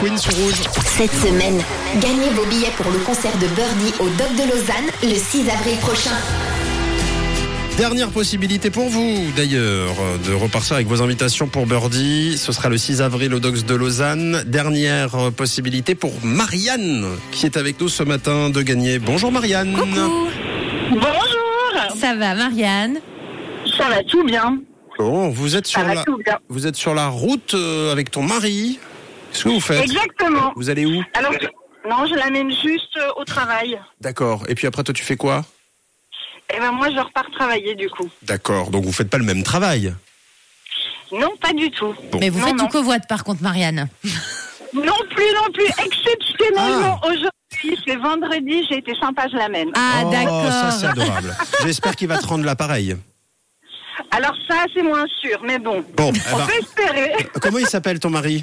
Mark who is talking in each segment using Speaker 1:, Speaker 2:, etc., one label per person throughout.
Speaker 1: Queen sur Rouge.
Speaker 2: Cette semaine, gagnez vos billets pour le concert de Birdie au Doc de Lausanne le 6 avril prochain.
Speaker 1: Dernière possibilité pour vous, d'ailleurs, euh, de repartir avec vos invitations pour Birdie. Ce sera le 6 avril au Dox de Lausanne. Dernière euh, possibilité pour Marianne, qui est avec nous ce matin, de gagner. Bonjour Marianne.
Speaker 3: Coucou,
Speaker 4: Bonjour,
Speaker 3: ça va Marianne
Speaker 4: ça va tout bien
Speaker 1: Bon, vous êtes
Speaker 4: Ça
Speaker 1: sur
Speaker 4: va
Speaker 1: la,
Speaker 4: tout bien.
Speaker 1: vous êtes sur la route euh, avec ton mari. Qu'est-ce que vous faites
Speaker 4: Exactement.
Speaker 1: Vous allez où
Speaker 4: Alors, je- non, je l'amène juste euh, au travail.
Speaker 1: D'accord. Et puis après, toi, tu fais quoi
Speaker 4: Et ben moi, je repars travailler du coup.
Speaker 1: D'accord. Donc vous faites pas le même travail.
Speaker 4: Non, pas du tout.
Speaker 3: Mais vous
Speaker 4: Non,
Speaker 3: faites
Speaker 4: non.
Speaker 3: du covoite par contre Marianne.
Speaker 4: Non plus, non plus.
Speaker 1: Ah.
Speaker 4: Exceptionnellement, aujourd'hui, c'est vendredi, j'ai été sympa, je l'amène.
Speaker 3: Ah
Speaker 1: Oh, Ça c'est
Speaker 3: d'accord.
Speaker 1: adorable. J'espère qu'il va te rendre l'appareil.
Speaker 3: Ah.
Speaker 4: Alors ça, c'est moins sûr, mais bon.
Speaker 1: Bon, eh
Speaker 4: On
Speaker 1: ben,
Speaker 4: peut espérer.
Speaker 1: comment il s'appelle ton mari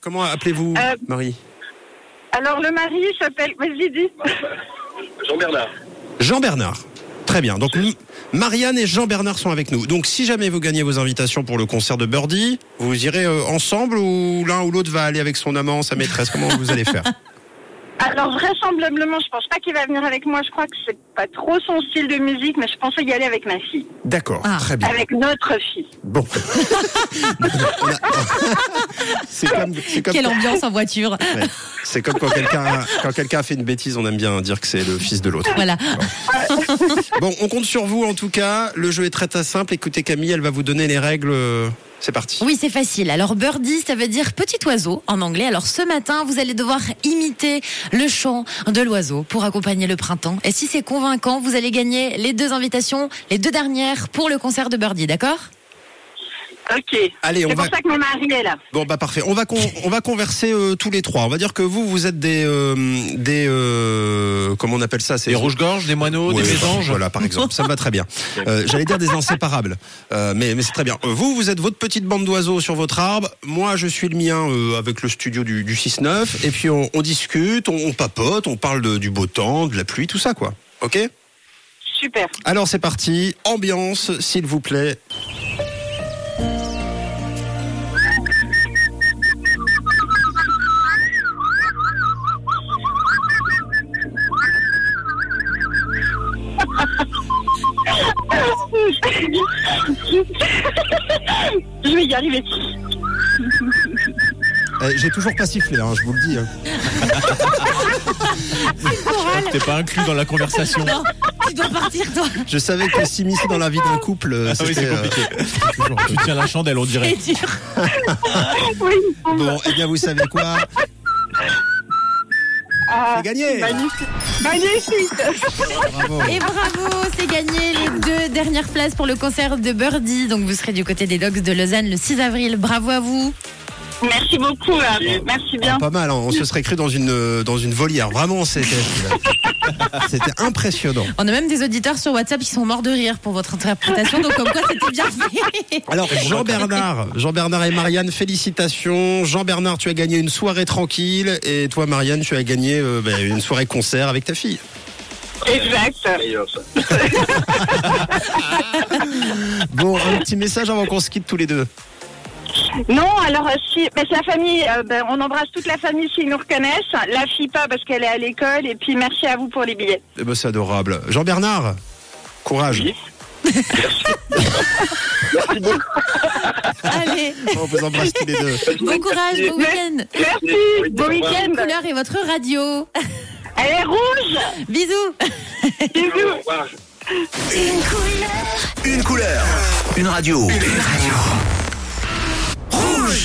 Speaker 1: Comment appelez-vous
Speaker 4: Euh,
Speaker 1: Marie
Speaker 4: Alors le mari il s'appelle... Vas-y, dis.
Speaker 5: Jean-Bernard.
Speaker 1: Jean-Bernard. Très bien. Donc M- Marianne et Jean-Bernard sont avec nous. Donc si jamais vous gagnez vos invitations pour le concert de Birdie, vous irez euh, ensemble ou l'un ou l'autre va aller avec son amant, sa maîtresse Comment vous allez faire
Speaker 4: Alors vraisemblablement, je pense pas qu'il va venir avec moi. Je crois que c'est pas trop son style de musique, mais je pensais y aller avec ma fille.
Speaker 1: D'accord.
Speaker 3: Ah.
Speaker 1: Très bien.
Speaker 4: Avec notre fille.
Speaker 1: Bon. On a- c'est comme, c'est comme
Speaker 3: Quelle ambiance en voiture.
Speaker 1: Ouais. C'est comme quand quelqu'un quand quelqu'un a fait une bêtise, on aime bien dire que c'est le fils de l'autre.
Speaker 3: Voilà.
Speaker 1: Bon, on compte sur vous en tout cas. Le jeu est très très simple. Écoutez Camille, elle va vous donner les règles. C'est parti.
Speaker 3: Oui, c'est facile. Alors, birdie, ça veut dire petit oiseau en anglais. Alors, ce matin, vous allez devoir imiter le chant de l'oiseau pour accompagner le printemps. Et si c'est convaincant, vous allez gagner les deux invitations, les deux dernières pour le concert de birdie, d'accord
Speaker 4: Ok.
Speaker 1: Allez, on
Speaker 4: C'est
Speaker 1: va.
Speaker 4: pour ça que mon mari est là.
Speaker 1: Bon bah parfait. On va con- on va converser euh, tous les trois. On va dire que vous vous êtes des euh, des euh, comment on appelle ça C'est
Speaker 6: Des rouges-gorges, des moineaux,
Speaker 1: Ouais,
Speaker 6: des
Speaker 1: voilà,
Speaker 6: mésanges.
Speaker 1: Voilà, par exemple, ça me va très bien. Euh, J'allais dire des inséparables, Euh, mais, mais c'est très bien. Euh, Vous, vous êtes votre petite bande d'oiseaux sur votre arbre. Moi, je suis le mien euh, avec le studio du, du 6-9. Et puis, on, on discute, on, on papote, on parle de- du beau temps, de la pluie, tout ça, quoi. OK
Speaker 4: Super.
Speaker 1: Alors, c'est parti. Ambiance, s'il vous plaît.
Speaker 4: je vais y arriver.
Speaker 1: Euh, J'ai toujours pas sifflé, hein, je vous le dis. hein.
Speaker 6: T'es pas inclus dans la conversation.
Speaker 3: Non, tu dois partir, toi.
Speaker 1: Je savais que s'immiscer dans la vie d'un couple, euh,
Speaker 6: Ah oui,
Speaker 1: c'était,
Speaker 6: c'est
Speaker 1: euh,
Speaker 6: compliqué. Tu tiens la chandelle, on dirait.
Speaker 3: C'est dur.
Speaker 4: Oui, bon,
Speaker 1: Bon, eh bien, vous savez quoi
Speaker 4: ah,
Speaker 1: Ah, C'est gagné
Speaker 4: magnifique. Magnifique.
Speaker 1: Bravo
Speaker 3: Et bravo, c'est gagné les deux dernières places pour le concert de Birdie. Donc vous serez du côté des Dogs de Lausanne le 6 avril. Bravo à vous.
Speaker 4: Merci beaucoup. euh, Merci bien.
Speaker 1: Pas mal, hein. on se serait cru dans une, euh, dans une volière. Vraiment, c'était c'était impressionnant.
Speaker 3: On a même des auditeurs sur WhatsApp qui sont morts de rire pour votre interprétation. Donc comme quoi c'était bien fait.
Speaker 1: Alors Jean-Bernard, Jean-Bernard et Marianne, félicitations. Jean-Bernard, tu as gagné une soirée tranquille et toi Marianne, tu as gagné euh, bah, une soirée concert avec ta fille.
Speaker 4: Exact.
Speaker 5: Meilleur, ça.
Speaker 1: Bon, un petit message avant qu'on se quitte tous les deux.
Speaker 4: Non, alors euh, si, mais c'est la famille. euh, ben, on embrasse toute la famille s'ils nous reconnaissent. La fille pas parce qu'elle est à l'école. Et puis merci à vous pour les billets.
Speaker 1: Eh ben, c'est adorable. Jean-Bernard, courage.
Speaker 5: Oui. Merci. Merci beaucoup.
Speaker 3: Allez,
Speaker 1: On vous embrasse tous les deux.
Speaker 3: bon courage, bon week-end.
Speaker 4: Merci.
Speaker 5: Oui,
Speaker 4: Bon
Speaker 5: au revoir.
Speaker 4: week-end.
Speaker 3: Quelle couleur est votre radio
Speaker 4: Elle est rouge.
Speaker 3: Bisous.
Speaker 4: Bisous.
Speaker 5: Au revoir.
Speaker 2: Une couleur,
Speaker 7: Une couleur, une radio.